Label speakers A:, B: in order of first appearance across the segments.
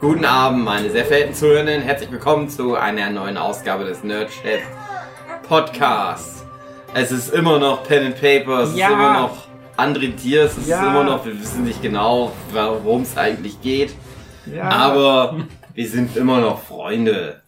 A: Guten Abend, meine sehr verehrten Zuhörenden. Herzlich willkommen zu einer neuen Ausgabe des Nerdchat Podcasts. Es ist immer noch Pen and Paper, es
B: Ja.
A: ist immer noch André Diers, es ist
B: Ja.
A: immer noch, wir wissen nicht genau, worum es eigentlich geht,
B: Ja.
A: aber wir sind immer noch Freunde.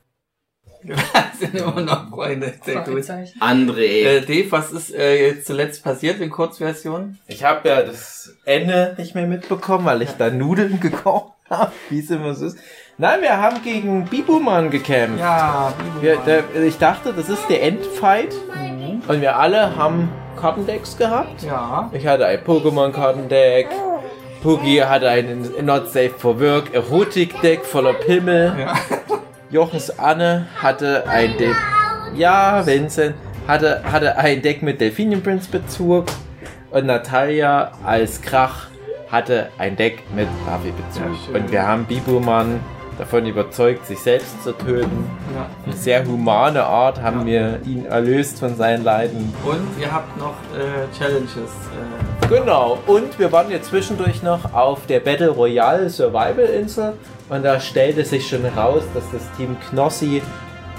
B: sind immer noch Freunde. Sehr gut.
C: Fragezeichen.
A: André,
B: Äh, Dave, was ist äh, jetzt zuletzt passiert in Kurzversion?
D: Ich habe ja das Ende nicht mehr mitbekommen, weil ich da Nudeln gekocht habe, wie es immer so ist. Nein, wir haben gegen Bibuman gekämpft.
B: Ja,
D: Wir, der, ich dachte, das ist der Endfight. Und wir alle haben Kartendecks gehabt.
B: ja.
D: Ich hatte ein Pokémon-Kartendeck. Pugi hatte ein Not Safe for Work Erotik-Deck voller Pimmel.
B: Ja.
D: Jochens Anne hatte ein Deck. Ja, Vincent hatte, hatte ein Deck mit Delfinienprinz-Bezug. Und Natalia als Krach hatte ein Deck mit
B: Ja,
D: Ravi-Bezug.
B: schön.
D: und wir haben Bibumann davon überzeugt, sich selbst zu töten.
B: ja.
D: Eine sehr humane Art haben wir ihn erlöst von seinen Leiden.
B: Und ihr habt noch äh, Challenges. Äh,
D: Genau, und wir waren jetzt zwischendurch noch auf der Battle Royale Survival Insel und da stellte sich schon raus, dass das Team Knossi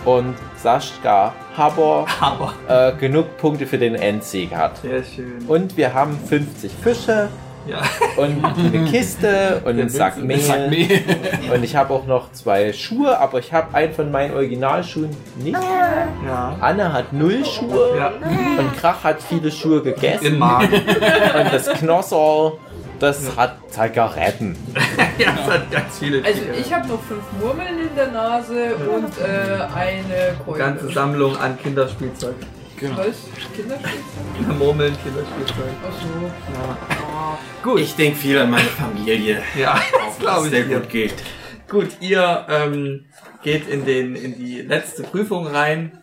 D: und Sascha Haber
B: aber
D: äh, genug Punkte für den Endsieg hat.
B: sehr schön.
D: Und wir haben 50 Fische
B: ja.
D: und eine Kiste und einen Sack
B: Vincent-
D: Mehl.
B: Sack
D: Und ich habe auch noch zwei Schuhe, aber ich habe einen von meinen Originalschuhen nicht.
B: ja.
D: Anne hat null Schuhe
B: Ja.
D: und Krach hat viele Schuhe gegessen.
B: Im Magen.
D: Und das Knosser, das hat Zigaretten.
B: ja, das hat ganz viele
C: Also
B: Tiere.
C: ich habe noch fünf Murmeln in der Nase und äh, eine Keule.
B: ganze Sammlung an Kinderspielzeug.
C: Was? Kinderspielzeug?
B: Murmeln, Kinderspielzeug.
C: Achso.
B: Ja,
C: Ah.
B: gut.
A: ich denke viel an meine Familie,
B: ja das
A: was
B: glaube ich.
A: sehr
B: dir.
A: gut geht.
B: Gut, ihr ähm, geht in, den, in die letzte Prüfung rein.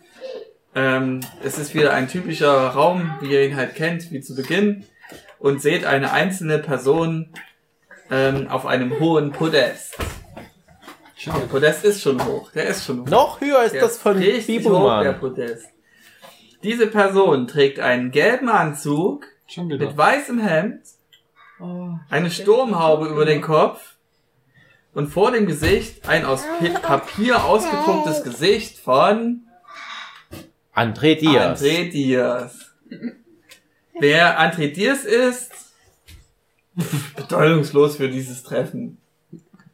B: Ähm, es ist wieder ein typischer Raum, wie ihr ihn halt kennt, wie zu Beginn. Und seht eine einzelne Person ähm, auf einem hohen Podest. Der Podest ist schon hoch. Der ist schon hoch.
D: Noch höher ist
B: Der
D: das von
B: ist richtig hoch, der
D: Bibuman.
B: Podest. Diese Person trägt einen gelben Anzug
E: Schon
B: mit weißem Hemd
C: Oh.
B: eine Sturmhaube über den Kopf und vor dem Gesicht ein aus Pi- Papier ausgedrucktes Gesicht von
D: André Diaz.
B: André Diaz. Wer André Diaz ist, pff, bedeutungslos für dieses Treffen.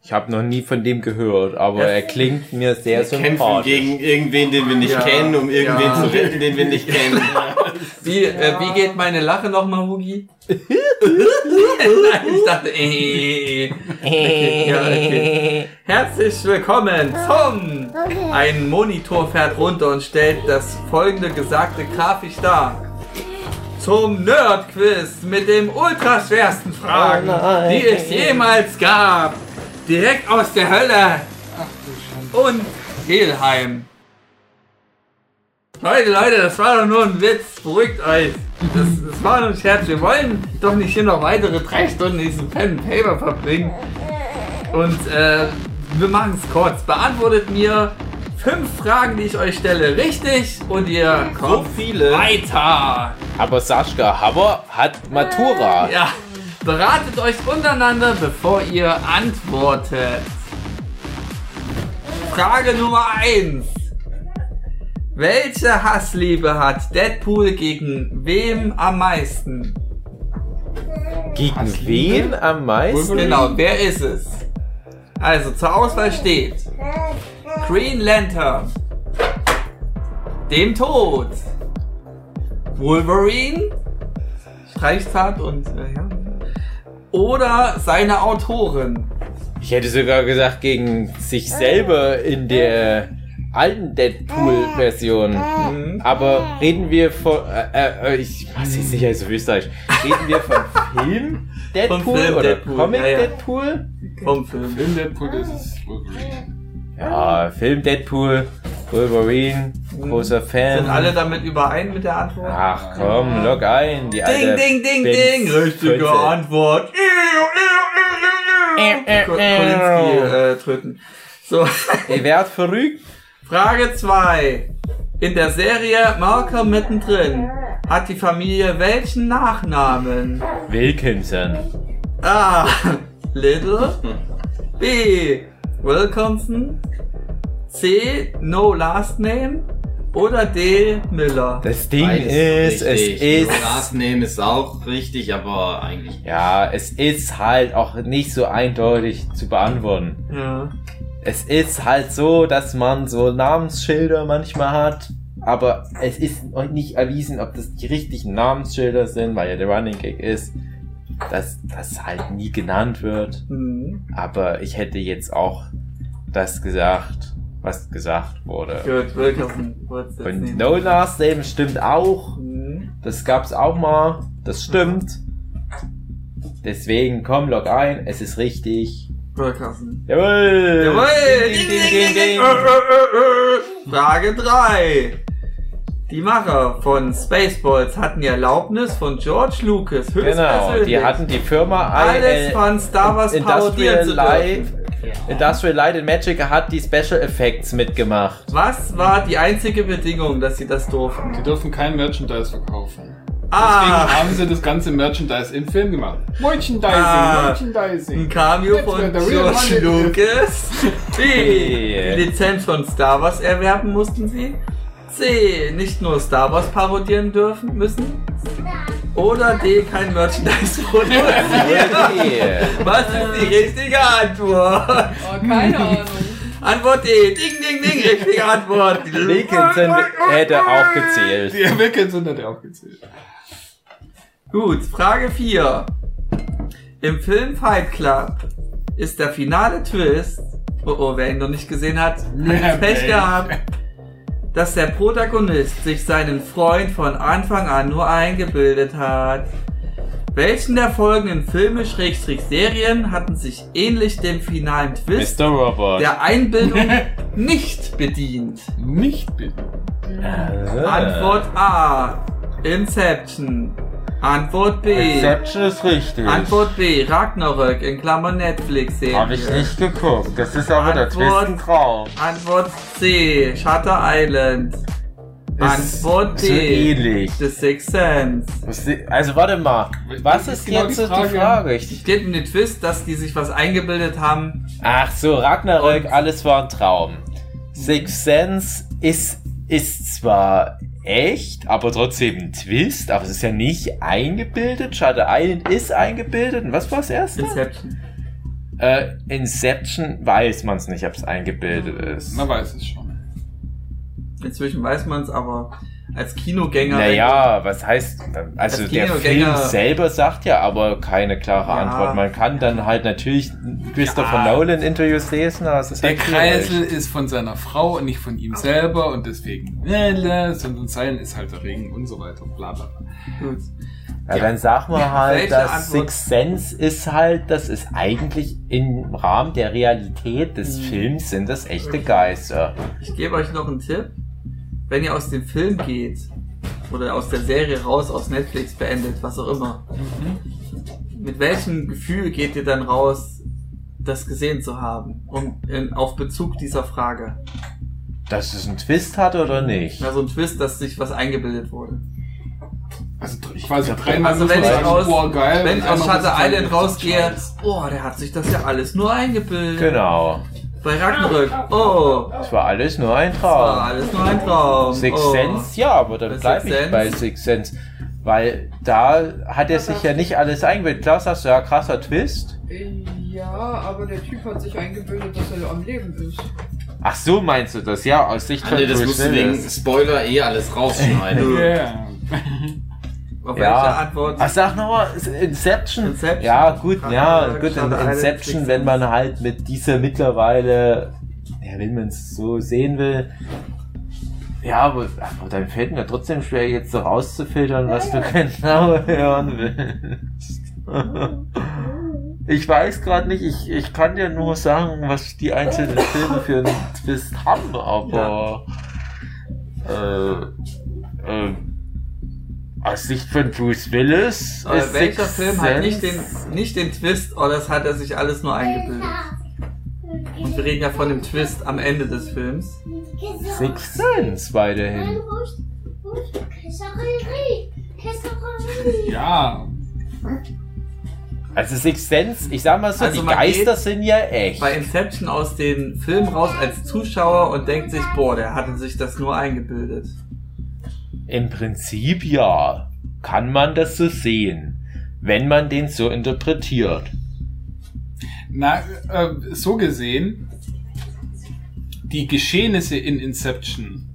D: Ich habe noch nie von dem gehört, aber
B: Ja.
D: er klingt mir sehr
A: Wir kämpfen
D: sympathisch.
A: gegen irgendwen, den wir nicht
B: Ja.
A: kennen, um irgendwen
B: Ja.
A: zu retten, den wir nicht kennen.
B: Wie, äh, wie geht meine Lache nochmal, Hugi? Nein, ich dachte, äh, okay, ja, okay. Herzlich willkommen zum Ein Monitor fährt runter und stellt das folgende gesagte grafisch dar. Zum Nerd-Quiz mit dem ultraschwersten Fragen, die es jemals gab. Direkt aus der Hölle und Helheim. Leute, Leute, das war doch nur ein Witz. Beruhigt euch. Das, das war nur ein Scherz. Wir wollen doch nicht hier noch weitere drei Stunden in diesem Pen and Paper verbringen. Und äh, wir machen es kurz. Beantwortet mir fünf Fragen, die ich euch stelle, richtig und ihr
A: So
B: kommt
A: viele.
B: weiter.
D: Aber Sascha Haber hat Matura.
B: Ja, beratet euch untereinander, bevor ihr antwortet. Frage Nummer 1. Welche Hassliebe hat Deadpool gegen wem am meisten?
D: Gegen wen am meisten?
B: Genau, wer ist es? Also zur Auswahl steht Green Lantern, dem Tod, Wolverine, Streichzart und äh, ja. oder seine Autorin.
D: Ich hätte sogar gesagt, gegen sich selber in der alten Deadpool-Version.
B: Mhm.
D: Aber reden wir von. Äh, äh, ich weiß jetzt nicht, also Österreich. Reden wir von Film Deadpool
B: Von Film
D: oder
B: Deadpool,
D: Comic
B: ja, ja.
D: Deadpool?
B: Vom Film.
E: In Deadpool ist es Wolverine.
D: Ja, Film Deadpool, Wolverine,
B: Mhm.
D: großer Fan.
B: Sind alle damit überein mit der Antwort?
D: Ach komm, log ein. Die
B: Ding,
D: alte
B: ding, ding,
D: Benz-
B: ding. Richtige
D: Kröte.
B: Antwort. Ko- Kolinski äh, drücken. So.
D: Ihr werdet verrückt.
B: Frage 2. In der Serie Malcolm mittendrin hat die Familie welchen Nachnamen?
D: Wilkinson.
B: A. Little. B. Wilkinson, C. No Last Name oder D. Miller.
D: Das Ding
A: Beides
D: ist, es
A: richtig.
D: ist.
A: Last Name ist auch richtig, aber eigentlich.
D: Ja, es ist halt auch nicht so eindeutig zu beantworten.
B: Ja.
D: Es ist halt so, dass man so Namensschilder manchmal hat, aber es ist noch nicht erwiesen, ob das die richtigen Namensschilder sind, weil ja der Running Gag ist, dass das halt nie genannt wird.
B: Hm.
D: Aber ich hätte jetzt auch das gesagt, was gesagt wurde.
B: Gut, Wilkinson. wollt's jetzt
D: Und
B: nehmen.
D: No Last Name stimmt auch.
B: Hm.
D: Das gab's auch mal. Das stimmt. Deswegen komm, log ein. Es ist richtig.
B: Wilkinson.
D: Jawohl!
B: Jawohl!
D: Ding, ding, ding, ding,
B: Äh, äh, äh, äh. Frage 3. Die Macher von Spaceballs hatten die Erlaubnis von George Lucas
D: Genau,
B: höchstpersönlich
D: die hatten die Firma
B: alles
D: IL
B: von Star Wars
D: Industrial
B: parodieren zu
D: Light,
B: dürfen.
D: Industrial Light and Magic hat die Special Effects mitgemacht.
B: Was war die einzige Bedingung, dass sie das durften?
E: Die dürfen kein Merchandise verkaufen. Deswegen
B: Ah,
E: haben sie das ganze Merchandise im Film gemacht. Merchandising,
B: Ah. ein
E: Merchandising.
B: Cameo
E: That's
B: von
E: where the real
B: George
E: money is.
B: Lucas. B.
D: Yeah.
B: Die Lizenz von Star Wars erwerben mussten sie. C. Nicht nur Star Wars parodieren dürfen müssen. Oder D. Kein Merchandise produzieren.
D: Yeah.
B: Was ist die richtige Antwort?
C: Oh, keine Ahnung.
B: Antwort D. Ding, ding, ding. Richtige Antwort. Oh
D: Wilkinson hätte auch gezählt.
E: Die halt Erwickeln hat er auch gezählt.
B: Gut, Frage 4. Im Film Fight Club ist der finale Twist, oh, oh wer ihn noch nicht gesehen hat,
E: Ja,
B: hat Pech
E: Pech.
B: gehabt, dass der Protagonist sich seinen Freund von Anfang an nur eingebildet hat. Welchen der folgenden Filme, Schrägstrich Serien, hatten sich ähnlich dem finalen Twist
D: Mr. Robot.
B: der Einbildung nicht bedient?
E: Nicht bitte.
D: Ah. Äh.
B: Antwort A. Inception. Antwort B.
D: Inception ist richtig.
B: Antwort B, Ragnarök, in Klammern Netflix-Serie.
D: Habe ich nicht geguckt. Das ist aber der
B: Antwort-
D: Twist drauf.
B: Antwort C, Shutter Island.
D: Ist
B: Antwort
D: so
B: D,
D: ähnlich.
B: The Sixth Sense.
D: Was die- Also warte mal, was ist
E: Genau
D: jetzt
E: die
D: die Frage?
E: Frage.
D: Ich-
B: Steht in den Twist, dass die sich was eingebildet haben.
D: Ach so, Ragnarök, alles war ein Traum. Six Sense ist, ist zwar echt, aber trotzdem ein Twist, aber es ist ja nicht eingebildet. Shutter Island ist eingebildet. Und was war das erste?
B: Inception.
D: Äh, Inception weiß man es nicht, ob es eingebildet ist.
E: Man weiß es schon.
B: Inzwischen weiß man es, aber als Kinogänger.
D: Naja, was heißt, also
B: Das
D: der Film
B: Kinogänger-
D: selber sagt ja aber keine klare
B: Ja.
D: Antwort. Man kann dann halt natürlich Christopher Nolan Interviews lesen, aber es ist
E: Der
D: halt schwierig.
E: Kreisel ist von seiner Frau und nicht von ihm selber und deswegen, sondern sein ist halt der Regen und so weiter. Bla bla. bla.
B: Gut.
D: Ja, dann sag mal halt,
B: Welche
D: dass
B: Antwort?
D: Six Sense ist halt, das ist eigentlich im Rahmen der Realität des
B: Mhm.
D: Films sind das echte Geister.
B: Ich gebe euch noch einen Tipp. Wenn ihr aus dem Film geht oder aus der Serie raus, aus Netflix beendet, was auch immer,
D: Mhm.
B: mit welchem Gefühl geht ihr dann raus, das gesehen zu haben? Um, in, auf Bezug dieser Frage.
D: Dass es einen Twist hat oder nicht?
B: Also ein Twist, dass sich was eingebildet wurde.
E: Also dr- quasi dreimal
B: Also
E: muss man
B: wenn ich
E: sagen,
B: aus-
E: boah, geil,
B: Wenn ich
E: und
B: aus
E: einmal muss halt
B: Shutter
E: ich sagen,
B: Island
E: das ist
B: rausgehe,
E: Scheiß.
B: oh, der hat sich das ja alles nur eingebildet.
D: Genau.
B: Bei Ragnarök, oh, das
D: Es war alles nur ein
B: war
D: Traum.
B: alles nur ein Traum.
D: Six
B: oh.
D: Oh. Sense, ja, aber dann
B: Bei
D: bleibe ich
B: Sixth Sense?
D: bei Six Sense. Weil da hat er sich ja nicht alles eingebildet. Klar sagst du, ja, krasser Twist.
C: Äh, Ja, aber der Typ hat sich eingebildet, dass er am Leben ist.
D: Ach so meinst du das, ja, aus Sicht
A: Ah, nee, das
D: Bruce
A: musst du wegen
D: Willis.
A: Spoiler eh alles rausschneiden.
E: Yeah.
B: Auf welche
D: Ja.
B: Antwort?
D: Ach, sag nochmal, Inception.
B: Inception.
D: Ja, gut, ja,
B: Ragnarök,
D: gut, in
B: Shutter Island,
D: Inception,
B: Sixth
D: wenn man
B: Sense.
D: halt mit dieser mittlerweile, ja, wenn man es so sehen will, ja, aber, aber dann fällt mir trotzdem schwer, jetzt so rauszufiltern, was du genau hören willst. Ich weiß gerade nicht, ich, ich kann dir nur sagen, was die einzelnen Filme für einen Twist haben, aber äh, äh, aus Sicht von Bruce Willis
B: Aber
D: ist
B: Äh, welcher
D: Sixth
B: Film hat nicht den,
D: Sense-
B: nicht den Twist, oh, das hat er sich alles nur eingebildet? Und wir reden ja von dem Twist am Ende des Films.
D: Sixth Sense weiterhin.
E: Ja.
D: Also Sixth Sense, ich sag mal so,
B: Also
D: die
B: man
D: Geister
B: geht
D: sind ja echt.
B: bei Inception aus dem Film raus als Zuschauer und denkt sich, boah, der hatte sich das nur eingebildet.
D: Im Prinzip ja. Kann man das so sehen, wenn man den so interpretiert.
E: Na, äh, so gesehen, die Geschehnisse in Inception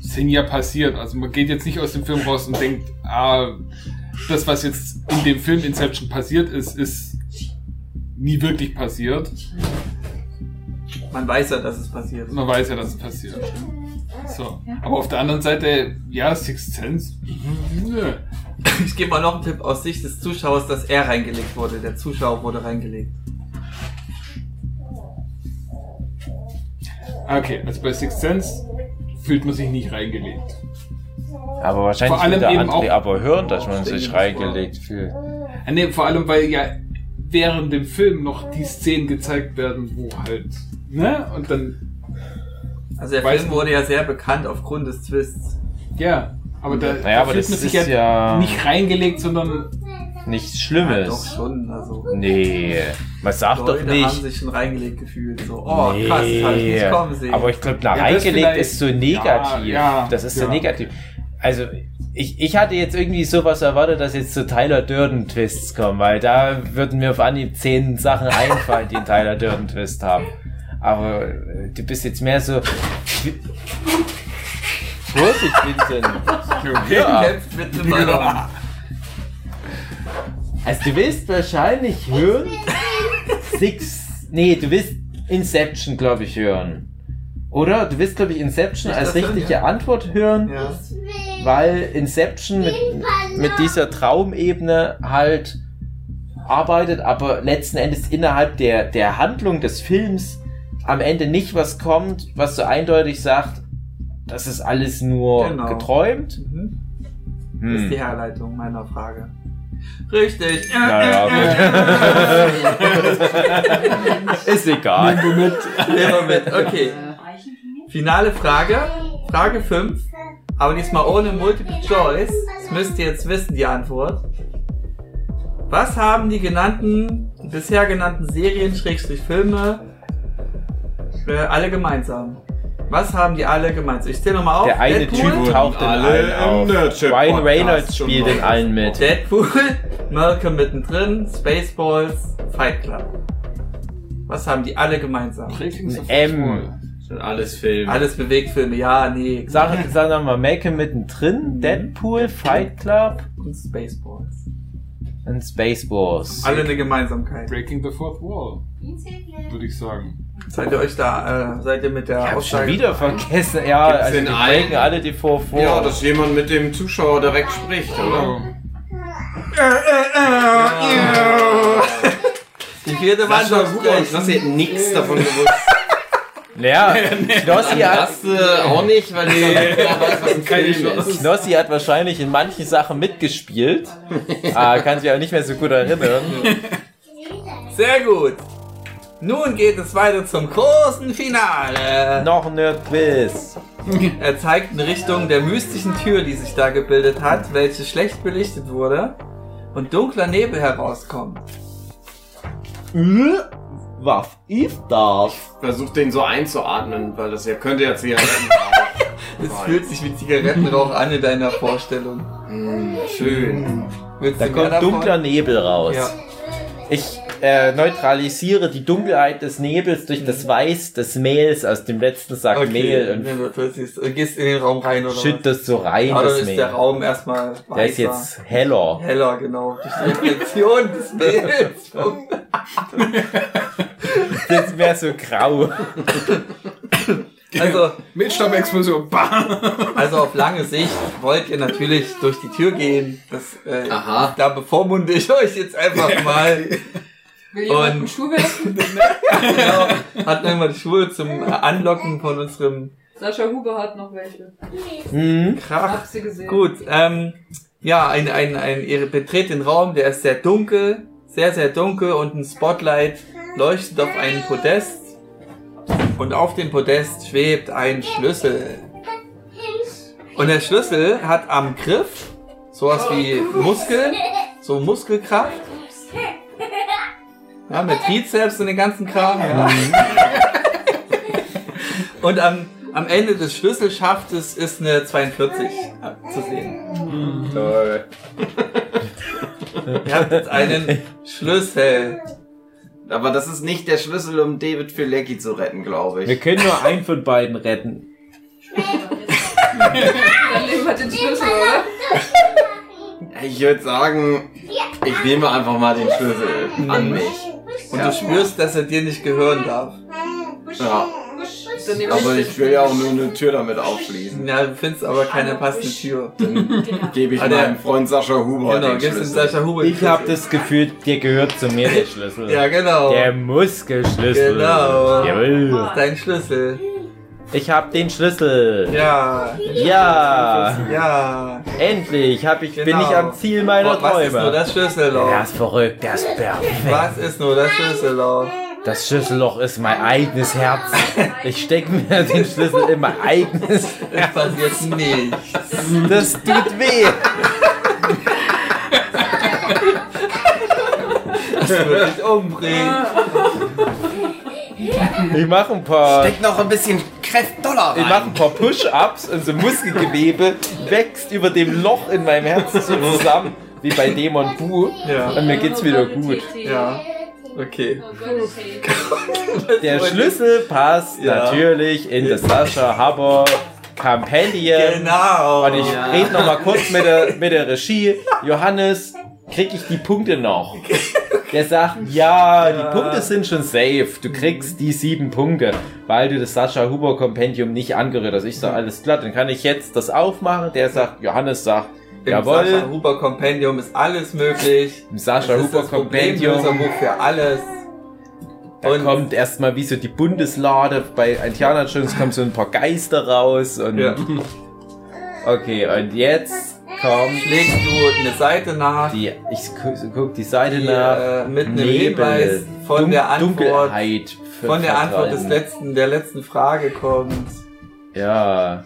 E: sind ja passiert. Also man geht jetzt nicht aus dem Film raus und denkt, ah, das, was jetzt in dem Film Inception passiert ist, ist nie wirklich passiert.
B: Man weiß ja, dass es passiert ist.
E: Man weiß ja, dass es passiert. So. Aber auf der anderen Seite, ja, Sixth Sense. nö.
B: Ich gebe mal noch einen Tipp aus Sicht des Zuschauers, dass er reingelegt wurde. Der Zuschauer wurde reingelegt.
E: Okay, also bei Sixth Sense fühlt man sich nicht reingelegt.
D: Aber wahrscheinlich
E: Vor allem
D: will der
E: eben
D: André
E: auch-
D: aber hören, dass man
B: Stell dir
D: sich
B: das
D: reingelegt fühlt.
E: Ah, Nee, vor allem, weil ja während dem Film noch die Szenen gezeigt werden, wo halt, ne? Und dann,
B: Also der
E: Weiß
B: Film
E: nicht.
B: wurde ja sehr bekannt aufgrund des Twists.
E: ja. Aber da,
D: Naja,
E: da
D: aber
E: fühlt
D: das
E: man sich halt
D: ist ja-
E: nicht reingelegt, sondern
D: Nichts
B: Ja, doch
D: Schlimmes.
B: schon, also.
D: Nee, man sagt
B: Leute
D: doch nicht.
B: haben sich schon reingelegt gefühlt. So, oh
D: Nee.
B: krass, das habe ich nicht kommen sehen.
D: Aber ich glaube, na,
E: Ja, das
D: reingelegt
E: vielleicht-
D: ist so negativ.
E: Ja, ja,
D: das ist so
E: ja.
D: negativ. Also, ich, ich hatte jetzt irgendwie sowas erwartet, dass jetzt so Tyler Durden-Twists kommen, weil da würden mir auf Anhieb zehn Sachen einfallen, die einen Tyler Durden-Twist haben. Aber äh, du bist jetzt mehr so. Vorsicht, Vincent. Ja.
B: Kämpft mit dem Ballon.
D: Also du willst wahrscheinlich hören Six. Nee, du willst Inception, glaube ich, hören. Oder? Du willst, glaube ich, Inception
B: Ich
D: als
B: das hören,
D: richtige
B: ja.
D: Antwort hören,
B: Ja.
D: weil Inception mit, mit dieser Traumebene halt arbeitet, aber letzten Endes innerhalb der, der Handlung des Films am Ende nicht was kommt, was so eindeutig sagt, das ist alles nur
B: Genau.
D: geträumt.
B: Mhm. Das ist
D: Hm.
B: die Herleitung meiner Frage. Richtig.
D: Naja. ist egal.
B: Nehmen wir mit. Okay. Finale Frage. Frage 5. Aber diesmal ohne Multiple Choice. Das müsst ihr jetzt wissen, die Antwort. Was haben die genannten, die bisher genannten Serien, Schrägstrich Filme, äh, alle gemeinsam? Was haben die alle gemeinsam? Ich zähle nochmal auf.
D: Der eine
B: Deadpool,
D: Typ taucht in allen
A: Alle
D: auf.
A: im Nerdship
D: Ryan
A: Podcast
D: Reynolds
A: schon
D: spielt
A: mal.
D: in allen mit.
B: Deadpool, Malcolm mittendrin, Spaceballs, Fight Club. Was haben die alle gemeinsam?
E: Ratings of
D: M.
E: Control.
A: Sind alles Film.
B: Alles Bewegtfilme, ja, nee.
D: Sag, sag noch mal, Malcolm mittendrin, Deadpool, Fight Club
B: und Spaceballs.
D: und Spaceballs.
B: Alle eine Gemeinsamkeit.
E: Breaking the Fourth Wall, würde ich sagen.
B: Seid ihr euch da, äh, seid ihr mit der
D: Ich hab schon
B: Aussage?
D: wieder vergessen. Ja,
A: Gibt's
D: also
A: in
D: die
A: allen?
D: brechen alle die vor vor.
A: Ja, dass jemand mit dem Zuschauer direkt spricht, oder?
E: Oder
B: Die vierte
A: Das war gut, aber
B: Wand
A: Knossi hat nichts davon gewusst.
D: ja. Knossi, hat,
A: Das äh, auch nicht, weil die weiß, was ein
E: Keine
A: Film ist.
D: Knossi hat wahrscheinlich in manchen Sachen mitgespielt. ah, kann sich auch nicht mehr so gut erinnern.
B: Sehr gut. Nun geht es weiter zum großen Finale.
D: Noch ein Nerd-Quiz.
B: Er zeigt in Richtung der mystischen Tür, die sich da gebildet hat, welche schlecht belichtet wurde und dunkler Nebel herauskommt.
D: Was ist das?
A: Versucht den so einzuatmen, weil das ja könnte jetzt hier.
B: Es fühlt sich wie Zigarettenrauch an in deiner Vorstellung.
D: Mm,
A: Hm, schön.
B: Willst
D: Da
B: du mehr
D: kommt
B: davon?
D: dunkler Nebel raus.
B: Ja.
D: Ich äh, neutralisiere die Dunkelheit des Nebels durch das Weiß des Mehls aus dem letzten Sack Mehl
B: Mhm. Okay.
D: und
B: Wenn du plötzlich- Du gehst in den Raum rein oder
D: schütt das so rein,
B: Ja, dann
D: das
B: ist
D: Mehl.
B: der Raum erstmal weißer.
D: Der ist jetzt heller.
B: heller, genau. Durch die Reflexion des Bildes.
D: Das ist mehr so grau.
B: Also,
E: Mitstaubexplosion, bam!
B: also auf lange Sicht wollt ihr natürlich durch die Tür gehen. Das, äh,
A: Aha.
B: Da bevormunde ich euch jetzt einfach mal.
C: Will jemand
B: Und-
C: einen Schuh werfen?
B: Genau. Hat noch mal die Schuhe zum äh, Anlocken von unserem
C: Sascha Huber hat noch welche.
D: Mhm.
B: Krach.
C: Hab sie gesehen.
B: Gut, ähm, ja, ein, ein, ein, ihr betretet den Raum, der ist sehr dunkel, sehr, sehr dunkel und ein Spotlight leuchtet auf einen Podest und auf dem Podest schwebt ein Schlüssel. Und der Schlüssel hat am Griff sowas wie Muskel, so Muskelkraft Ja, mit Trizeps und den ganzen Kram. Ja. und am, am Ende des Schlüsselschaftes ist eine 42 zu sehen.
D: Mhm.
A: Toll.
B: Ihr habt jetzt einen Schlüssel.
A: Aber das ist nicht der Schlüssel, um David Filecki zu retten, glaube
D: Wir
A: ich.
D: können nur einen von beiden retten.
C: Dann nehmen wir den Schlüssel, oder?
A: Ich würde sagen, ich nehme einfach mal den Schlüssel an
D: Mhm.
A: mich.
B: Und du spürst, dass er dir nicht gehören darf.
A: Ja.
C: Dann nehmen
A: Aber
C: wir
A: ich will ja auch nur eine Tür damit aufschließen.
B: Ja, du findest aber keine passende Tür.
A: Gebe ich
B: Ah, der-
A: meinem Freund Sascha Huber
B: Genau,
A: den
B: gibst dem
A: Schlüssel.
B: Sascha Huber. den
D: Ich habe
B: Schlüssel.
D: das Gefühl, dir gehört zu mir der Schlüssel.
B: Ja, genau.
D: Der Muskelschlüssel.
B: Genau.
D: Jawohl.
B: Dein Schlüssel.
D: Ich habe den Schlüssel.
B: Ja.
D: Ja.
B: Ja.
D: Endlich hab ich, bin
B: Genau.
D: ich am Ziel meiner
B: Was ist nur
D: Träume.
B: das Schlüsselloch?
D: Der ist verrückt, der ist perfekt.
B: Was ist nur das Schlüsselloch?
D: Das Schlüsselloch ist mein eigenes Herz. Ich stecke mir den Schlüssel in mein eigenes.
B: Es passiert nichts.
D: Das tut weh.
B: Das wird dich umbringen.
D: Ich mache ein paar.
A: Steck noch ein bisschen Kräft Dollar
D: Ich mache
A: rein.
D: ein paar Push-Ups und so Muskelgewebe wächst über dem Loch in meinem Herzen so zusammen, wie bei Dämon Bu.
B: Ja.
D: Und mir geht's wieder gut.
B: Ja. Okay.
D: Der Schlüssel passt
B: Ja.
D: natürlich in das Sascha Haber Compendium.
B: Genau.
D: Und ich rede noch mal kurz mit der, mit der Regie. Johannes, krieg ich die Punkte noch? Der sagt, ja,
B: Ja.
D: die Punkte sind schon safe. Du kriegst die sieben Punkte, weil du das Sascha Huber Kompendium nicht angerührt hast. Ich sage, alles klar, dann kann ich jetzt das aufmachen. Der sagt, Johannes sagt,
B: Im Sascha
D: jawohl,
B: Huber Kompendium ist alles möglich.
D: im Sascha
B: Das also- ist
D: Huber
B: das
D: Kompendium.
B: Problemlöserbuch für alles.
D: Da
B: Und-
D: kommt erstmal wie so die Bundeslade. Bei Indiana Jones kommen so ein paar Geister raus. Und
B: Ja.
D: Okay, und jetzt kommt
B: Legst du eine Seite nach,
D: Die, ich gu- guck die Seite
B: Die,
D: nach.
B: äh, mit einem Hinweis von der Antwort-
D: Dunkelheit ver-
B: von der Antwort des
D: vertreiben.
B: letzten, der letzten Frage kommt.
D: Ja.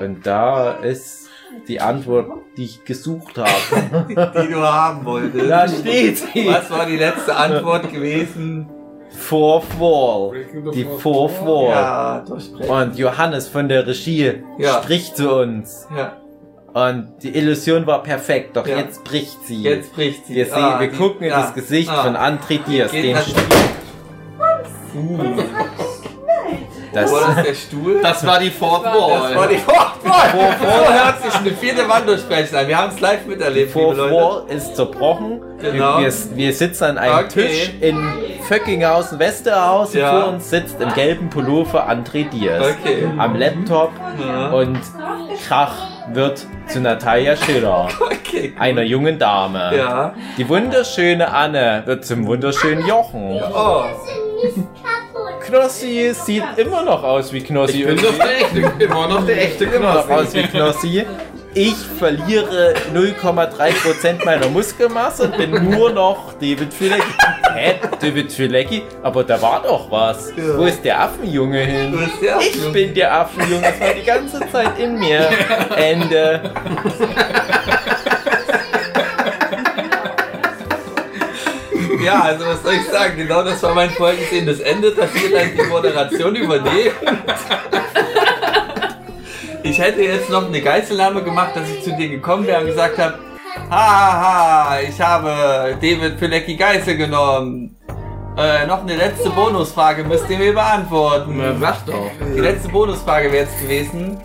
D: Und da ist die Antwort, die ich gesucht habe.
B: Die du haben wolltest.
D: da steht sie.
B: Was war die letzte Antwort gewesen?
D: Fourth Wall. Die Fourth Wall.
B: Ja, durchbrechen.
D: Und Johannes von der Regie
B: Ja.
D: spricht zu uns.
B: Ja,
D: Und die Illusion war perfekt, doch
B: Ja.
D: jetzt bricht sie.
B: jetzt bricht sie.
D: wir sehen,
B: Ah,
D: wir
B: die-
D: gucken in
B: ah,
D: das Gesicht
B: ah.
D: von André Diaz.
B: Geht
D: Den
B: das-
D: das,
B: War das der Stuhl?
A: Das war die Fourth
B: Das war
A: Wall.
B: die Fourth Wall. So hört sich eine vierte Wand durchbrechen an. Wir haben es live miterlebt, liebe
D: Fourth
B: Leute.
D: Wall ist zerbrochen.
B: Genau.
D: Wir, wir sitzen an einem
B: Okay.
D: Tisch in Vöckinghausen, Westerhausen.
B: Ja.
D: Vor uns sitzt im gelben Pullover André Diaz.
B: Okay.
D: Am Laptop
B: Ja.
D: und Krach wird zu Natalia Schiller,
B: Okay.
D: einer jungen Dame.
B: Ja.
D: Die wunderschöne Anne wird zum wunderschönen Jochen.
B: Oh.
D: Knossi sieht immer noch aus wie Knossi.
A: Ich bin doch der echte, immer noch der echte
D: immer noch aus wie
A: Knossi.
D: Knossi. Ich verliere 0,3% meiner Muskelmasse und bin nur noch David Filecki. Hä? David Filecki? Aber da war doch was.
B: Ja.
D: Wo ist der Affenjunge hin?
B: Wo ist der
D: ich
B: Affenjunge?
D: bin der Affenjunge. Das war die ganze Zeit in mir. Ende.
B: Ja, also was soll ich sagen? Genau das war mein vorhergesehenes Ende, dass wir dann die Moderation übernehmen. Ich hätte jetzt noch eine Geiselnahme gemacht, dass ich zu dir gekommen wäre und gesagt habe, haha, ich habe David Pilecki Geisel genommen. Äh, noch eine letzte Bonusfrage müsst ihr mir
A: Na,
B: beantworten.
A: Sag doch.
B: Die letzte Bonusfrage wäre jetzt gewesen,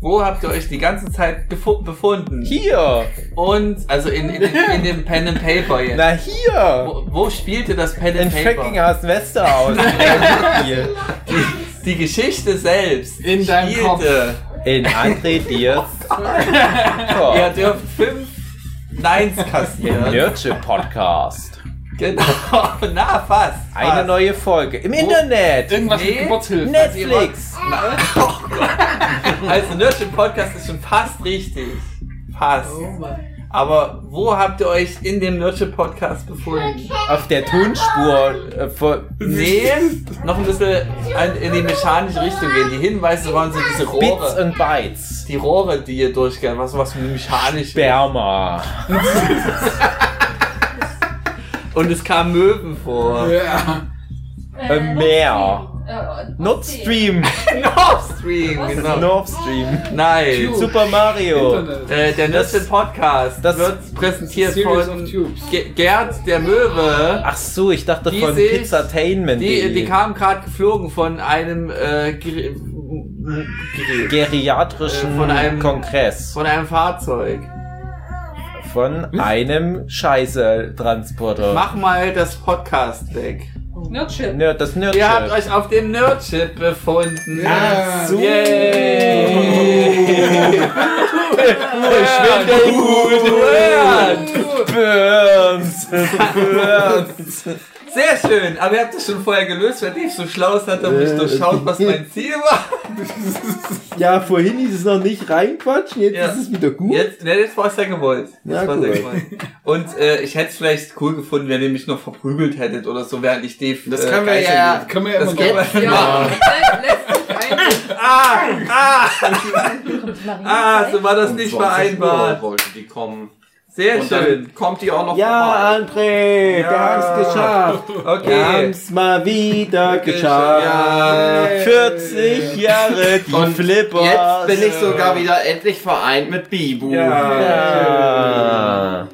B: wo habt ihr euch die ganze Zeit gefo- befunden?
D: Hier.
B: Und, also in, in, in dem Pen and Paper jetzt.
D: Na hier.
B: Wo, wo spielte das Pen
D: In
B: and Paper?
D: Föckinghausen Westerhaus.
B: Die Geschichte selbst
E: In deinem
B: spielte.
D: In André Diers.
B: Ihr
D: Ja,
B: dürft fünf Nines kassieren.
D: Nerdship Podcast.
B: Genau. Na, fast. fast.
D: Eine neue Folge im Internet.
E: Irgendwas
B: Nee.
E: mit Geburtshilfe.
D: Netflix.
B: Also Nerdship Podcast ist schon fast richtig. Fast.
C: Oh Mann.
B: Aber wo habt ihr euch in dem Nerdship Podcast befunden?
D: Auf der Tonspur. Äh, vor-
B: Nee, noch ein bisschen an- in die mechanische Richtung gehen. Die Hinweise waren so diese
D: Bits
B: Rohre.
D: und Bytes.
B: Die Rohre, die ihr durchgegangen was was mechanisch.
D: Sperma.
B: Und es kamen Möwen vor.
E: Ja.
D: Äh, mehr. Nord
F: Stream.
D: Stream.
B: North Stream, genau.
D: North Stream.
B: Nice.
D: Super Mario.
E: Internet.
B: Äh, der nächste Podcast
D: das-
B: wird präsentiert
E: Series
B: von
E: of Tubes.
B: Ge- Gerd der Möwe.
D: Ach so, ich dachte
B: Die
D: von
B: sich-
D: Pizzatainment.
B: Die, die kamen gerade geflogen von einem äh, Ger- Gerät.
D: geriatrischen
B: Äh, von einem-
D: Kongress.
B: von einem Fahrzeug.
D: Von einem Scheiße-Transporter.
B: Mach mal das Podcast weg.
C: Nerdship.
D: Nerd, das Nerd.
B: Ihr habt euch auf dem Nerdship befunden.
D: Ach so.
B: Yay!
D: Ich
B: Nerd.
D: Burns. Burns.
B: Sehr schön, aber ihr habt das schon vorher gelöst, weil ich so schlau ist, hat er
E: Äh.
B: mich durchschaut, was mein Ziel war.
D: Ja, vorhin hieß es noch nicht reinquatschen, jetzt
B: Ja.
D: ist es wieder gut.
B: Jetzt, ne, das war es ja gewollt. Das
D: Ja,
B: war's
D: cool.
B: gewollt. Und äh, ich hätte es vielleicht cool gefunden, wenn ihr mich noch verprügelt hättet oder so, während ich die.
A: Das
B: äh,
A: können wir
B: Geißel-
A: ja.
E: Können wir ja
B: Das
E: immer
B: geht.
E: gerne.
C: Ja, lässt sich ein.
B: Ah, ah, ah, so war das
A: Um
B: nicht
A: 20 Uhr
B: vereinbart.
A: Wollte die kommen.
B: Sehr
A: Und
B: schön.
A: dann kommt die auch noch vorbei.
D: Ja, André, wir
B: Ja.
D: haben es geschafft. Wir haben
B: Okay.
D: es mal wieder geschafft.
A: Ja.
D: 40 Jahre, die
A: Und
D: Flippers.
A: Jetzt bin ich sogar wieder endlich vereint mit Bibu.
D: Ja.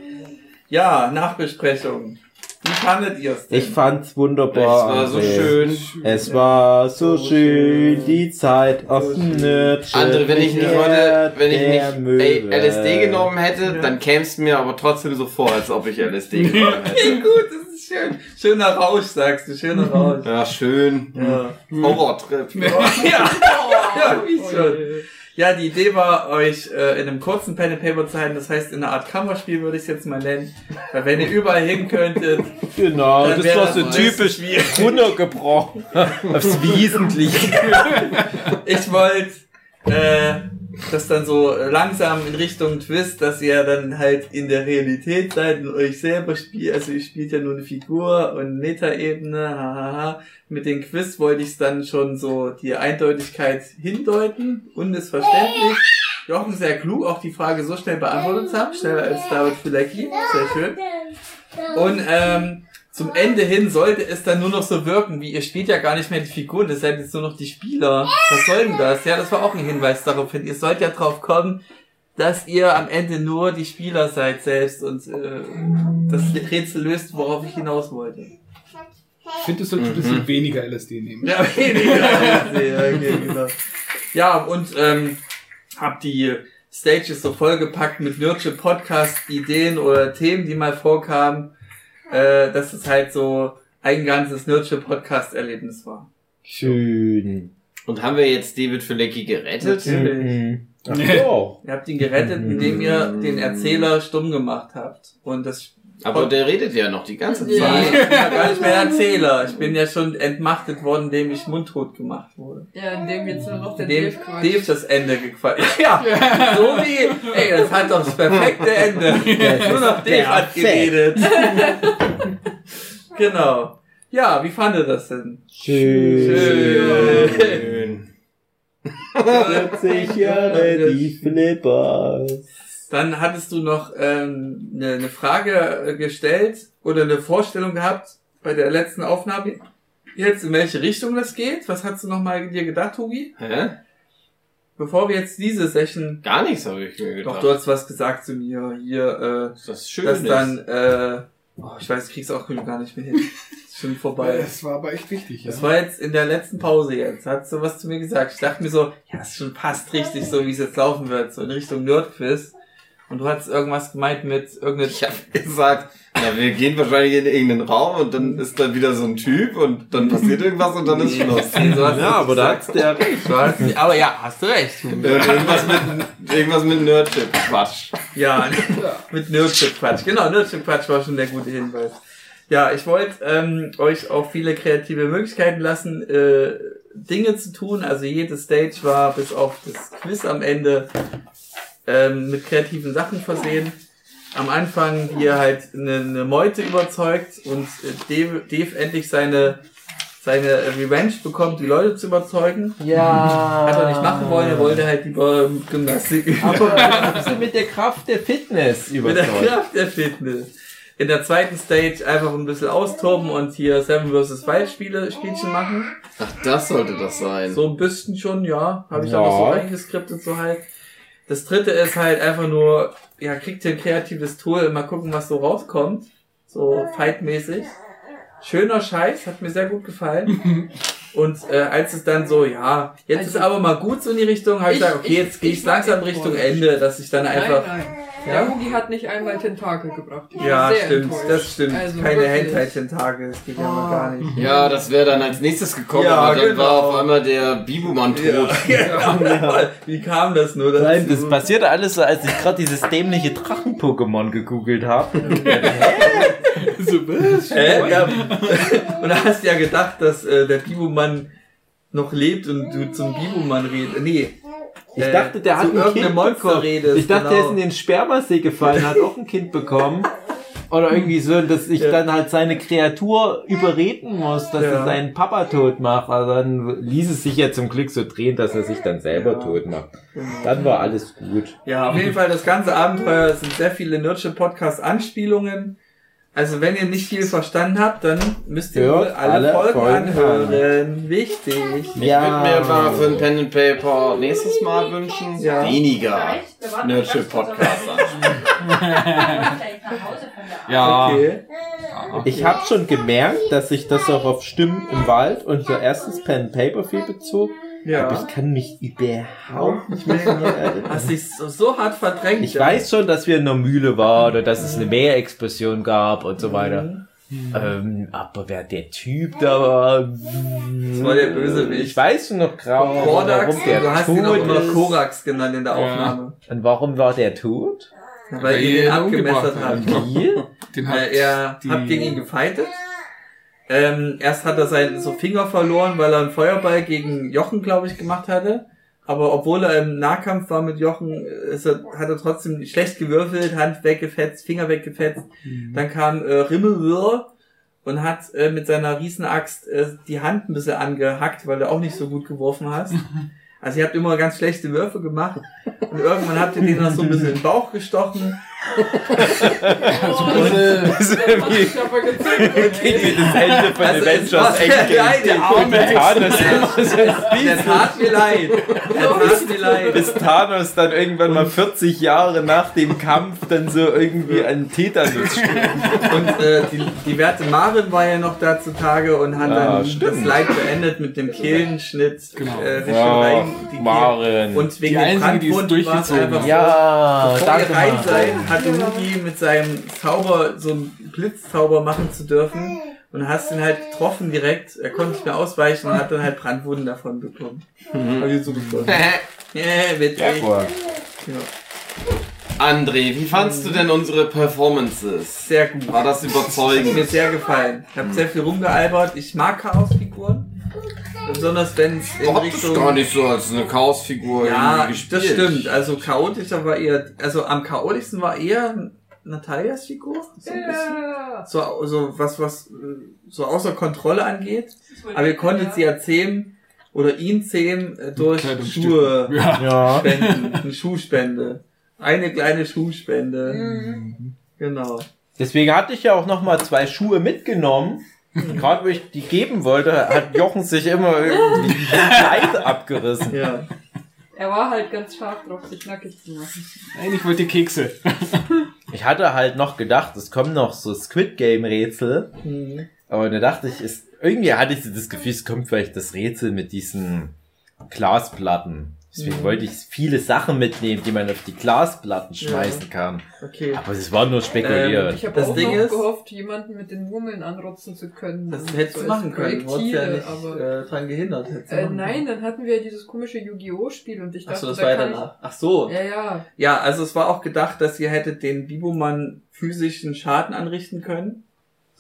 B: Ja, Nachbesprechung. Wie fandet ihr es denn?
D: Ich fand's wunderbar.
A: Es war so
D: André.
A: schön.
D: Es war so schön, die Zeit auf dem Nerd.
A: Andere, wenn ich nicht heute, wenn ich nicht ey,
D: Möwe.
A: LSD genommen hätte, dann käme es mir aber trotzdem so vor, als ob ich LSD genommen hätte.
B: Gut, das ist schön. Schöner Rausch, sagst du, schöner Rausch.
A: Ja, schön.
B: Ja.
A: Horrortrip.
B: Ja, ja, wie schon. Ja, die Idee war, euch äh, in einem kurzen Pen and Paper zu halten, das heißt in einer Art Kammerspiel würde ich es jetzt mal nennen. Weil wenn ihr überall hin könntet,
D: Genau,
B: dann
D: das
B: wäre
D: war so
B: das
D: typisch
B: wie.
D: runtergebrochen. Aufs Wesentliche.
B: Ich wollte äh, das dann so langsam in Richtung Twist, dass ihr dann halt in der Realität seid und euch selber spielt. Also ihr spielt ja nur eine Figur und Metaebene, hahaha. Mit dem Quiz wollte ich dann schon so die Eindeutigkeit hindeuten, unmissverständlich. Jochen sehr klug, auch die Frage so schnell beantwortet zu haben, schneller als David Filaki, sehr schön. Und ähm, zum Ende hin sollte es dann nur noch so wirken, wie ihr spielt ja gar nicht mehr die Figuren, das seid jetzt nur noch die Spieler. Was soll denn das? Ja, das war auch ein Hinweis darauf hin. Ihr sollt ja drauf kommen, dass ihr am Ende nur die Spieler seid selbst und äh, das Rätsel löst, worauf ich hinaus wollte.
E: Ich finde, du solltest ein bisschen weniger LSD nehmen.
B: Ja, weniger. als sie, ja, okay, genau. ja, und ähm, hab die Stages so vollgepackt mit Nurture Podcast Ideen oder Themen, die mal vorkamen, äh, dass es halt so ein ganzes Nurture Podcast Erlebnis war.
D: Schön.
A: Und haben wir jetzt David Filecki gerettet?
D: Mhm. Ach
E: Nee.
D: so.
B: Ihr habt ihn gerettet, indem ihr den Erzähler stumm gemacht habt. Und das
A: Aber der redet ja noch die ganze
B: ich bin
A: Zeit.
B: ja gar nicht mehr Erzähler. Ich bin ja schon entmachtet worden, indem ich mundtot gemacht wurde.
C: Ja, indem jetzt nur noch der
B: Dem,
C: Dave quatscht.
B: dem das Ende gefallen. Ja, ja, so wie, ey, das hat doch das perfekte Ende. Nur noch Dave hat
D: perfekt.
B: geredet. genau. Ja, wie fand ihr das denn?
D: Schön.
A: Schön.
D: 40 Jahre, die Flippers.
B: Dann hattest du noch ähm, eine, eine Frage äh, gestellt oder eine Vorstellung gehabt bei der letzten Aufnahme. Jetzt, in welche Richtung das geht? Was hast du nochmal dir gedacht, Hugi?
A: Hä?
B: Bevor wir jetzt diese Session...
A: Gar nichts habe ich mir
B: Doch,
A: gedacht.
B: du hast was gesagt zu mir hier, äh,
A: das schön
B: dass
A: ist.
B: dann, äh, oh, ich weiß, ich krieg's auch gar nicht mehr hin. Ist schon vorbei.
E: Das war aber echt wichtig. Ja.
B: Das war jetzt in der letzten Pause jetzt, hat so was zu mir gesagt. Ich dachte mir so, ja, es schon passt richtig so, wie es jetzt laufen wird, so in Richtung Nerdquiz. Und du hast irgendwas gemeint mit irgendeine...
A: Ich habe gesagt, na, wir gehen wahrscheinlich in irgendeinen Raum und dann ist da wieder so ein Typ und dann passiert irgendwas und dann ist Schluss.
B: Nee, so hast du nicht gesagt.
D: hat's der
B: Du hast nicht- Aber ja, hast du recht.
A: Äh, irgendwas mit, irgendwas mit Nerdship. Quatsch.
B: Ja, mit Nerdship-Quatsch. Genau, Nerdship-Quatsch war schon der gute Hinweis. Ja, ich wollte ähm, euch auch viele kreative Möglichkeiten lassen, äh, Dinge zu tun. Also jede Stage war bis auf das Quiz am Ende ähm, mit kreativen Sachen versehen. Am Anfang, wie ihr halt eine, eine Meute überzeugt und äh, Dave, Dave endlich seine, seine Revenge bekommt, die Leute zu überzeugen.
D: Ja.
B: Hat er nicht machen wollen, er wollte halt lieber Gymnastik üben.
D: Aber du hast sie mit der Kraft der Fitness
B: Mit der
D: überzeugt.
B: Kraft der Fitness. in der zweiten Stage einfach ein bisschen austoben und hier Seven vs. Wild Spiele, Spielchen machen.
A: Ach, das sollte das sein.
B: So ein bisschen schon, ja. Habe ich
D: Ja.
B: aber so eingeskriptet, so halt. Das dritte ist halt einfach nur, ja, kriegt ihr ein kreatives Tool, mal gucken, was so rauskommt. So fightmäßig. Schöner Scheiß, hat mir sehr gut gefallen. Und äh, als es dann so, ja, jetzt
C: Also-
B: ist aber mal gut so in die Richtung, habe ich
C: Ich-
B: gesagt, okay,
C: ich-
B: jetzt gehe ich
C: ich mag
B: langsam
C: den
B: Richtung
C: Vorsicht.
B: Ende, dass ich dann einfach
C: Nein, nein.
B: Ja?
C: Der Hugi hat nicht einmal Tentakel gebracht. Ich
B: Ja,
C: war sehr
B: stimmt,
C: enttäuscht.
B: das stimmt.
C: Also
B: Keine
C: wirklich.
B: Hentai-Tentakel, das geht ja mal gar nicht.
A: Ja, das wäre dann als nächstes gekommen,
B: Ja,
A: aber dann
B: genau.
A: war auf einmal der Bibumann
C: Ah.
A: tot.
B: Ja. Wie kam das nur dazu?
D: Nein, das passiert alles, so, als ich gerade dieses dämliche Drachen-Pokémon gegoogelt habe.
E: Äh?
B: Hä? Ja. Und da hast du ja gedacht, dass äh, der Bibo-Mann noch lebt und du zum Bibo-Mann redest. Nee,
D: Ich
B: Äh,
D: dachte, der
B: zu
D: hat ein
B: irgendeinem
D: Kind
B: Monster
D: bekommen.
B: redest,
D: ich dachte, der
B: genau.
D: ist in den Spermasee gefallen, hat auch ein Kind bekommen. Oder irgendwie so, dass ich dann halt seine Kreatur überreden muss, dass
B: Ja.
D: er seinen Papa tot macht. Also dann ließ es sich ja zum Glück so drehen, dass er sich dann selber
B: Ja. Genau.
D: tot macht. Dann war alles gut.
B: ja, auf jeden Fall das ganze Abenteuer, es sind sehr viele nerdische Podcast-Anspielungen. Also wenn ihr nicht viel verstanden habt, dann müsst ihr
D: Hört
B: wohl alle,
D: alle
B: Folgen
D: Folgen
B: anhören. Wichtig.
A: Ich würde mir mal für ein Pen and Paper nächstes Mal wünschen.
B: Ja.
A: Weniger Nerdship Podcast an.
E: Ja.
B: Okay.
D: Ich habe schon gemerkt, dass sich das auch auf Stimmen im Wald und so erstens Pen and Paper viel bezog. Aber
B: Ja. Also,
D: ich kann mich überhaupt nicht mehr daran erinnern. Also,
B: Hast dich so, so hart verdrängt.
D: Ich
B: ja.
D: weiß schon, dass wir in einer Mühle waren oder dass es eine Meerexplosion gab und so weiter.
B: Mhm.
D: Ähm, aber wer der Typ da war. Das
B: war der Bösewicht.
D: Ich weiß schon noch
B: Oh,
D: grau,
B: Kordax,
D: warum der
B: du hast ihn auch
D: tot
B: immer
D: ist.
B: Korax genannt in der Aufnahme.
D: Und warum war der tot?
B: Weil, ihr ihn abgemessert habt.
D: Wie?
E: Den hat
B: Äh, er
E: die-
B: hat gegen ihn gefeitet. Ähm, erst hat er seinen so Finger verloren, weil er einen Feuerball gegen Jochen, glaube ich, gemacht hatte. Aber obwohl er im Nahkampf war mit Jochen, äh, ist er, hat er trotzdem schlecht gewürfelt, Hand weggefetzt, Finger weggefetzt.
E: Mhm.
B: Dann kam äh, Rimmelwirr und hat äh, mit seiner Riesenaxt äh, die Hand ein bisschen angehackt, weil du auch nicht so gut geworfen hast. Also ihr habt immer ganz schlechte Würfe gemacht und irgendwann habt ihr den noch so ein bisschen im Bauch gestochen Also
D: Das ist
C: Ich
D: wie
C: Oh, hab aber gezückt. ey.
D: das Ende von
B: Also, es war
D: Avengers
B: sehr geil, der
D: Endgame.
B: arme
D: Der Thanos immer so
B: Der
D: ein
B: tat mir leid. Der tat mir leid.
D: bis Thanos dann irgendwann mal 40 Jahre nach dem Kampf dann so irgendwie an Tetanus stirbt.
B: Und äh, die, die werte Marin war ja noch da zutage und hat
D: Ah,
B: dann das
D: stimmt.
B: Leid beendet mit dem Kehlenschnitt.
E: Genau.
B: Äh, Richtung
D: Ja,
B: rein, die Kehl-
D: Maren.
B: Und wegen
E: Die
B: dem
E: einzige, die es
B: Brandwund war es
E: durchgezogen
B: einfach
E: hat.
B: so,
D: ja,
B: Vor ihr
D: danke.
B: rein
D: Maren.
B: sein, hatte Mugi mit seinem Zauber so einen Blitzzauber machen zu dürfen und hast ihn halt getroffen direkt. Er konnte nicht mehr ausweichen und hat dann halt Brandwunden davon bekommen. Hab ich so gefunden. Yeah, witzig.
D: Jawohl.
B: Ja.
A: André, wie fandst du denn unsere Performances?
B: Sehr gut.
A: War das
B: Hat mir
A: überzeugend?
B: sehr gefallen. Ich habe sehr viel rumgealbert. Ich mag Chaosfiguren. Besonders wenn es in
A: Du hattest
B: Richtung.
A: gar nicht so als eine Chaosfigur
B: ja,
A: irgendwie gespielt.
B: das stimmt. Also chaotischer war eher. Also am chaotischsten war eher Natalias Figur. So ein bisschen.
C: Ja.
B: So, so was, was äh, so außer Kontrolle angeht. Aber ihr konntet sie ja zähmen oder ihn zähmen äh, durch
E: Kleidungsstück.
B: Schuhe.
E: Ja.
D: Ja.
B: Spenden. Eine Schuhspende. Eine kleine Schuhspende. Genau.
D: Deswegen hatte ich ja auch noch mal zwei Schuhe mitgenommen. Gerade wo ich die geben wollte, hat Jochen sich immer irgendwie das Kleid abgerissen.
B: Ja.
C: Er war halt ganz scharf drauf, sich nackig zu machen.
E: Nein, ich wollte Kekse.
D: Ich hatte halt noch gedacht, es kommen noch so Squid Game Rätsel.
B: Mhm.
D: Aber da dachte ich, ist, irgendwie hatte ich so das Gefühl, es kommt vielleicht das Rätsel mit diesen Glasplatten. Deswegen
B: Mhm.
D: wollte ich viele Sachen mitnehmen, die man auf die Glasplatten schmeißen kann.
B: Okay.
D: Aber es war nur spekuliert.
A: Ähm,
C: Ich habe
B: Das
C: auch
B: Ding
C: noch
B: ist-
C: gehofft, jemanden mit den Murmeln anrotzen zu können.
B: Das hättest du
C: Hm, So als
B: machen können. Du wurdest ja
C: Projektile,
B: nicht
C: aber-
B: äh, dran gehindert. hättest du
C: Äh,
B: machen
C: nein,
B: können.
C: dann hatten wir ja dieses komische Yu-Gi-Oh! Spiel und ich
B: Ach
C: dachte,
B: so, das
C: da
B: war ja
C: kann
B: danach. Ach so.
C: ich... Ja, ja.
B: Ja, also es war auch gedacht, dass ihr hättet den Bibomann physischen Schaden anrichten können.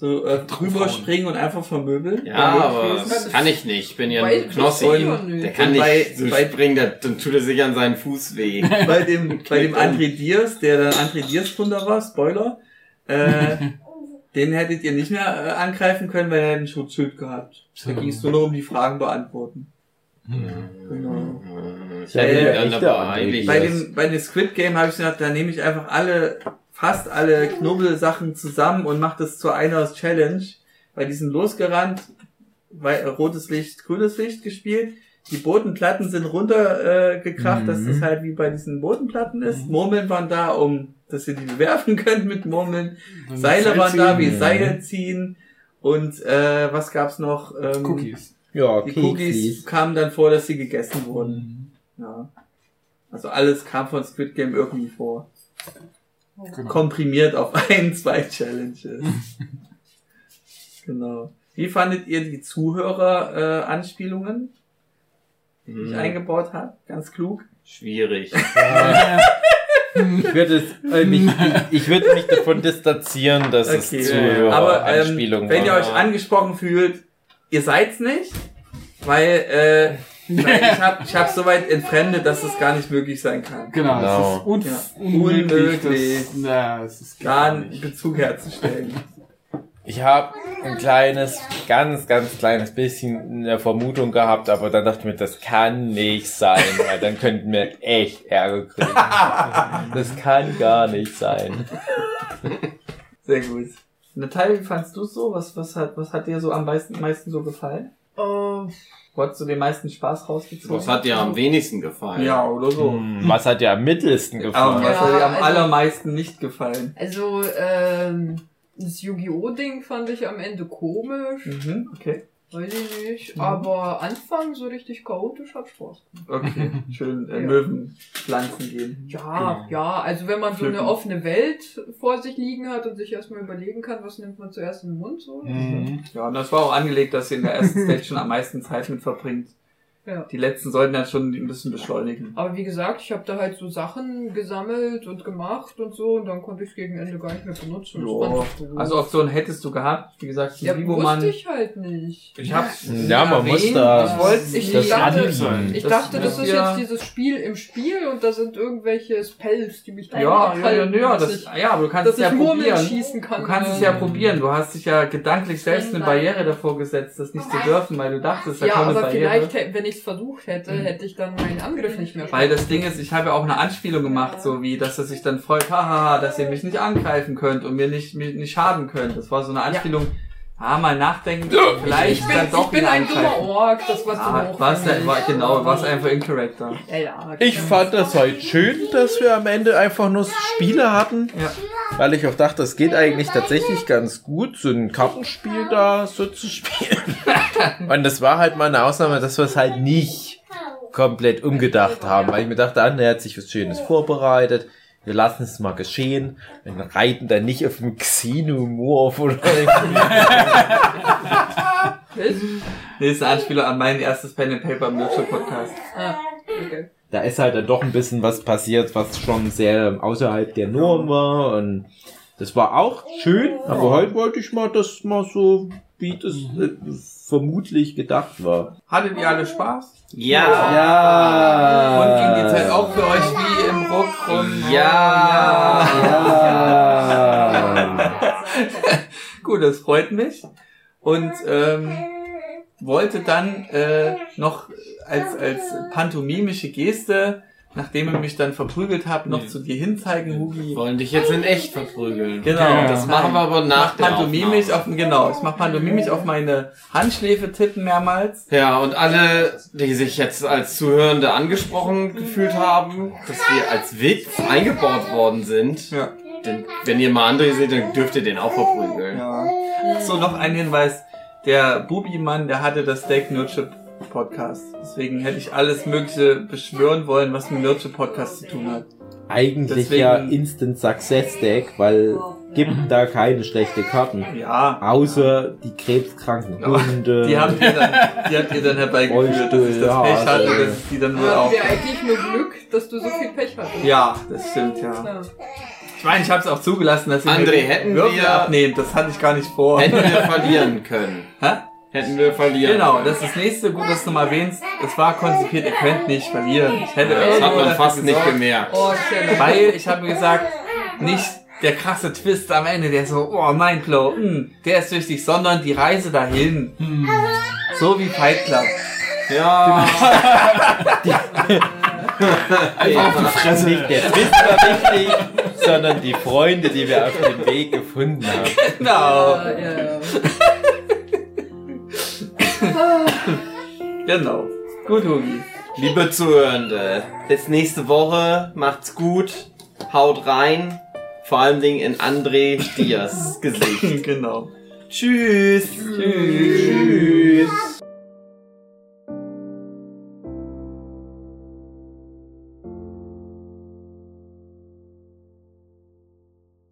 B: So äh, drüber springen und einfach vermöbeln.
A: Ja,
B: Vermöbeln
A: aber
B: gewesen.
A: das kann ich nicht. Ich bin ja
C: Weil-
A: ein Knossi.
C: Und-
A: Der kann
B: und bei-
A: nicht so
B: bei-
A: springen, der- dann tut er sich an seinen Fuß weh.
B: bei dem, bei dem André Diers, der dann André Diers drunter war, Spoiler, äh, den hättet ihr nicht mehr äh, angreifen können, weil er hätte ein Schutzschild gehabt. Da ging es nur noch um die Fragen beantworten. Genau.
A: Ich
D: Ja,
A: bin
D: der
A: dann
D: echte
A: dabei.
D: André
A: Ich-
B: Bei
D: Yes.
B: dem, bei dem Squid Game habe ich gedacht, da nehme ich einfach alle fast alle Knobelsachen zusammen und macht es zu einer Challenge, weil die sind losgerannt, weil, äh, rotes Licht, grünes Licht gespielt. Die Bodenplatten sind runtergekracht, äh, gekracht, dass das halt wie bei diesen Bodenplatten ist. Murmeln waren da, um, dass ihr die bewerfen könnt mit Murmeln.
E: Dann
B: Seile
E: Seil
B: waren da, wie
E: ziehen.
B: Seile ziehen. Und äh, was gab's noch? Ähm,
E: Cookies.
D: Ja,
B: Die
D: Keksis.
B: Cookies kamen dann vor, dass sie gegessen wurden. Ja. Also alles kam von Squid Game irgendwie vor.
E: Genau.
B: Komprimiert auf ein, zwei Challenges. genau. Wie fandet ihr die Zuhörer-Anspielungen, die
E: Mhm.
B: ich
A: Hm,
B: eingebaut habe? Ganz klug.
A: schwierig.
D: Ich würde, es, äh, mich, ich, ich würde mich davon distanzieren, dass
B: Okay.
D: es
B: Aber ähm,
D: Zuhörer-Anspielungen
B: wenn ihr
D: waren.
B: euch angesprochen fühlt, ihr seid's nicht, weil äh, nein, ich habe ich hab soweit entfremdet, dass es gar nicht möglich sein kann.
E: Genau,
D: Genau.
E: es ist un
B: Ja.
E: unmöglich.
B: Unmöglich.
E: Das, na, es ist
B: Da
E: gar
B: einen
E: nicht.
B: Bezug herzustellen.
D: Ich habe ein kleines, ganz, ganz kleines bisschen eine Vermutung gehabt, aber dann dachte ich mir, das kann nicht sein, weil dann könnten wir echt Ärger kriegen. Das kann gar nicht sein.
B: Sehr gut. Natalia, wie fandst du so? Was, was, hat, was hat dir so am meisten, meisten so gefallen?
C: Ähm,
B: Wo hast du den meisten Spaß rausgezogen?
A: Was hat dir am wenigsten gefallen?
B: Ja, oder so.
D: Hm, Was hat dir am mittelsten
B: Aber
D: gefallen?
B: was hat dir am
C: also-
B: allermeisten nicht gefallen?
C: also, ähm, das Yu-Gi-Oh!-Ding fand ich am Ende komisch.
B: Mhm, okay.
C: Weiß ich nicht. Aber Anfang so richtig chaotisch hat Spaß. gemacht.
B: Okay, schön äh,
C: Ja.
B: Möwen pflanzen gehen.
C: Ja, ja, also wenn man so
B: Pflücken.
C: eine offene Welt vor sich liegen hat und sich erstmal überlegen kann, was nimmt man zuerst in den Mund so.
E: Mhm.
B: Ja, und das war auch angelegt, dass ihr in der ersten Stage schon am meisten Zeit mit verbringt.
C: Ja.
B: Die letzten sollten dann schon ein bisschen beschleunigen.
C: Aber wie gesagt, ich habe da halt so Sachen gesammelt und gemacht und so und dann konnte ich gegen Ende gar nicht mehr benutzen. Das
B: Ja.
C: fand ich doof.
B: Also Optionen hättest du gehabt, wie gesagt,
C: ja,
B: Libo
C: wusste
B: man.
C: ich halt nicht.
B: Ich hab's.
D: Ja, man
B: erwähnt,
D: muss da-
B: Ich wollt's,
C: Ich-
B: ich,
D: Das
C: dachte-
D: Anbieten.
C: Ich
B: Das-
C: dachte, das
B: ja.
C: ist jetzt dieses Spiel im Spiel und da sind irgendwelche Spells, die mich da
B: Ja, ja, ja,
C: abhalten,
B: ja,
C: dass
B: das,
C: ich,
B: ja, aber du kannst
C: dass
B: es ja
C: ich Murmeln
B: probieren.
C: schießen kann.
B: Du kannst es
C: äh,
B: ja probieren. Du hast dich ja gedanklich selbst eine Barriere davor gesetzt, das nicht zu dürfen, weil du dachtest, da
C: ja,
B: kommt eine
C: aber
B: Barriere.
C: vielleicht, hä- wenn ich es versucht hätte,
B: Mhm.
C: hätte ich dann meinen Angriff nicht mehr
B: Weil das Ding ist, ich habe ja auch eine Anspielung gemacht, so wie, dass er sich dann freut, hahaha, dass ihr mich nicht angreifen könnt und mir nicht, mir nicht schaden könnt. Das war so eine Anspielung. Ah, mal nachdenken, vielleicht
C: Ich
B: dann
C: bin,
B: doch
C: ich bin
B: wieder
C: ein
B: angreifen.
C: dummer Ork, das war
B: Ah,
C: zu hoch.
B: war's
C: für
B: da,
C: mich.
B: war, genau, war's einfach in Character.
C: Ja, ja,
D: Ich fand das halt schön, dass wir am Ende einfach nur Spiele hatten,
B: Ja.
D: weil ich auch dachte, es geht eigentlich tatsächlich ganz gut, so ein Kartenspiel da so zu spielen. Und das war halt mal eine Ausnahme, dass wir es halt nicht komplett umgedacht haben, weil ich mir dachte, Anne hat sich was Schönes vorbereitet. Wir lassen es mal geschehen und reiten dann nicht auf dem Xenomorph oder
C: Ist?
B: Nee, ist eine Anspielung an mein erstes Pen and Paper Mutual Podcast.
C: Ah, okay.
D: da ist halt dann doch ein bisschen was passiert, was schon sehr außerhalb der Norm war und das war auch schön, aber heute wollte ich mal das mal so, wie das äh,
B: Mhm.
D: vermutlich gedacht war.
B: Hattet ihr alle Spaß?
A: Ja.
B: Ah.
D: Ja.
B: Und ging die Zeit auch für euch wie im Ruck rum?
D: Ja.
B: Gut, das freut mich. Und ähm, wollte dann äh, noch als, als pantomimische Geste, nachdem ihr mich dann verprügelt habt, noch zu dir hinzeigen, Hugi.
A: Wollen dich jetzt in echt verprügeln.
B: Genau,
E: Ja.
A: Das machen wir aber nach der
B: Pantomimisch
A: Aufnahme.
B: auf, genau, ich mache pantomimisch auf meine Handschläfe tippen mehrmals.
A: Ja, und alle, die sich jetzt als Zuhörende angesprochen gefühlt haben, dass wir als Witz eingebaut worden sind,
B: Ja.
A: denn wenn ihr mal andere seht, dann dürft ihr den auch verprügeln.
B: ja. So, noch ein Hinweis. Der Bubi-Mann, der hatte das Steak Nerdship Podcast. Deswegen hätte ich alles Mögliche beschwören wollen, was mit Nerdship Podcast zu tun hat.
D: Eigentlich
B: Deswegen-
D: ja Instant Success Deck, weil gibt da keine schlechte Karten.
B: Ja.
D: Außer die krebskranken
B: Aber
D: Hunde.
B: Die habt ihr dann, die habt ihr dann herbeigeführt, dass ich das
D: Ja,
B: Pech hatte,
D: also-
B: dass ich die dann wohl
C: Habt
B: auch.
C: ihr eigentlich nur Glück, dass du so viel Pech hattest?
B: Ja, das stimmt, ja.
C: Ja.
B: Ich meine, ich hab's auch zugelassen, dass ihr
A: André,
B: mir die
A: hätten
B: Würfel
A: wir-
B: abnehmt, das hatte ich gar nicht vor.
A: Hätten wir verlieren können.
B: Hä?
A: Hätten wir verlieren
B: Genau,
A: können.
B: das ist das nächste, gut, dass du mal erwähnst. Es war konzipiert, ihr könnt nicht verlieren. Ich hätte
A: Das
B: irgendwo
A: hat man
B: dafür
A: fast nicht
B: gesorgt,
A: gemerkt.
C: Oh, Stella.
B: Weil ich habe mir gesagt, nicht der krasse Twist am Ende, der so, oh, mein Blow, hm, der ist wichtig, sondern die Reise dahin. So wie Fight Club.
A: Ja.
E: Einfach auf die Fresse.
D: Nicht der Twist war wichtig, sondern die Freunde, die wir auf dem Weg gefunden haben.
B: Genau.
C: Ja, ja, ja.
B: Genau. Gut, Hugi.
A: Liebe Zuhörende, bis nächste Woche. Macht's gut. Haut rein. Vor allem Dingen in André Stiers Gesicht.
B: Genau.
A: Tschüss.
B: Tschüss.
A: Tschüss.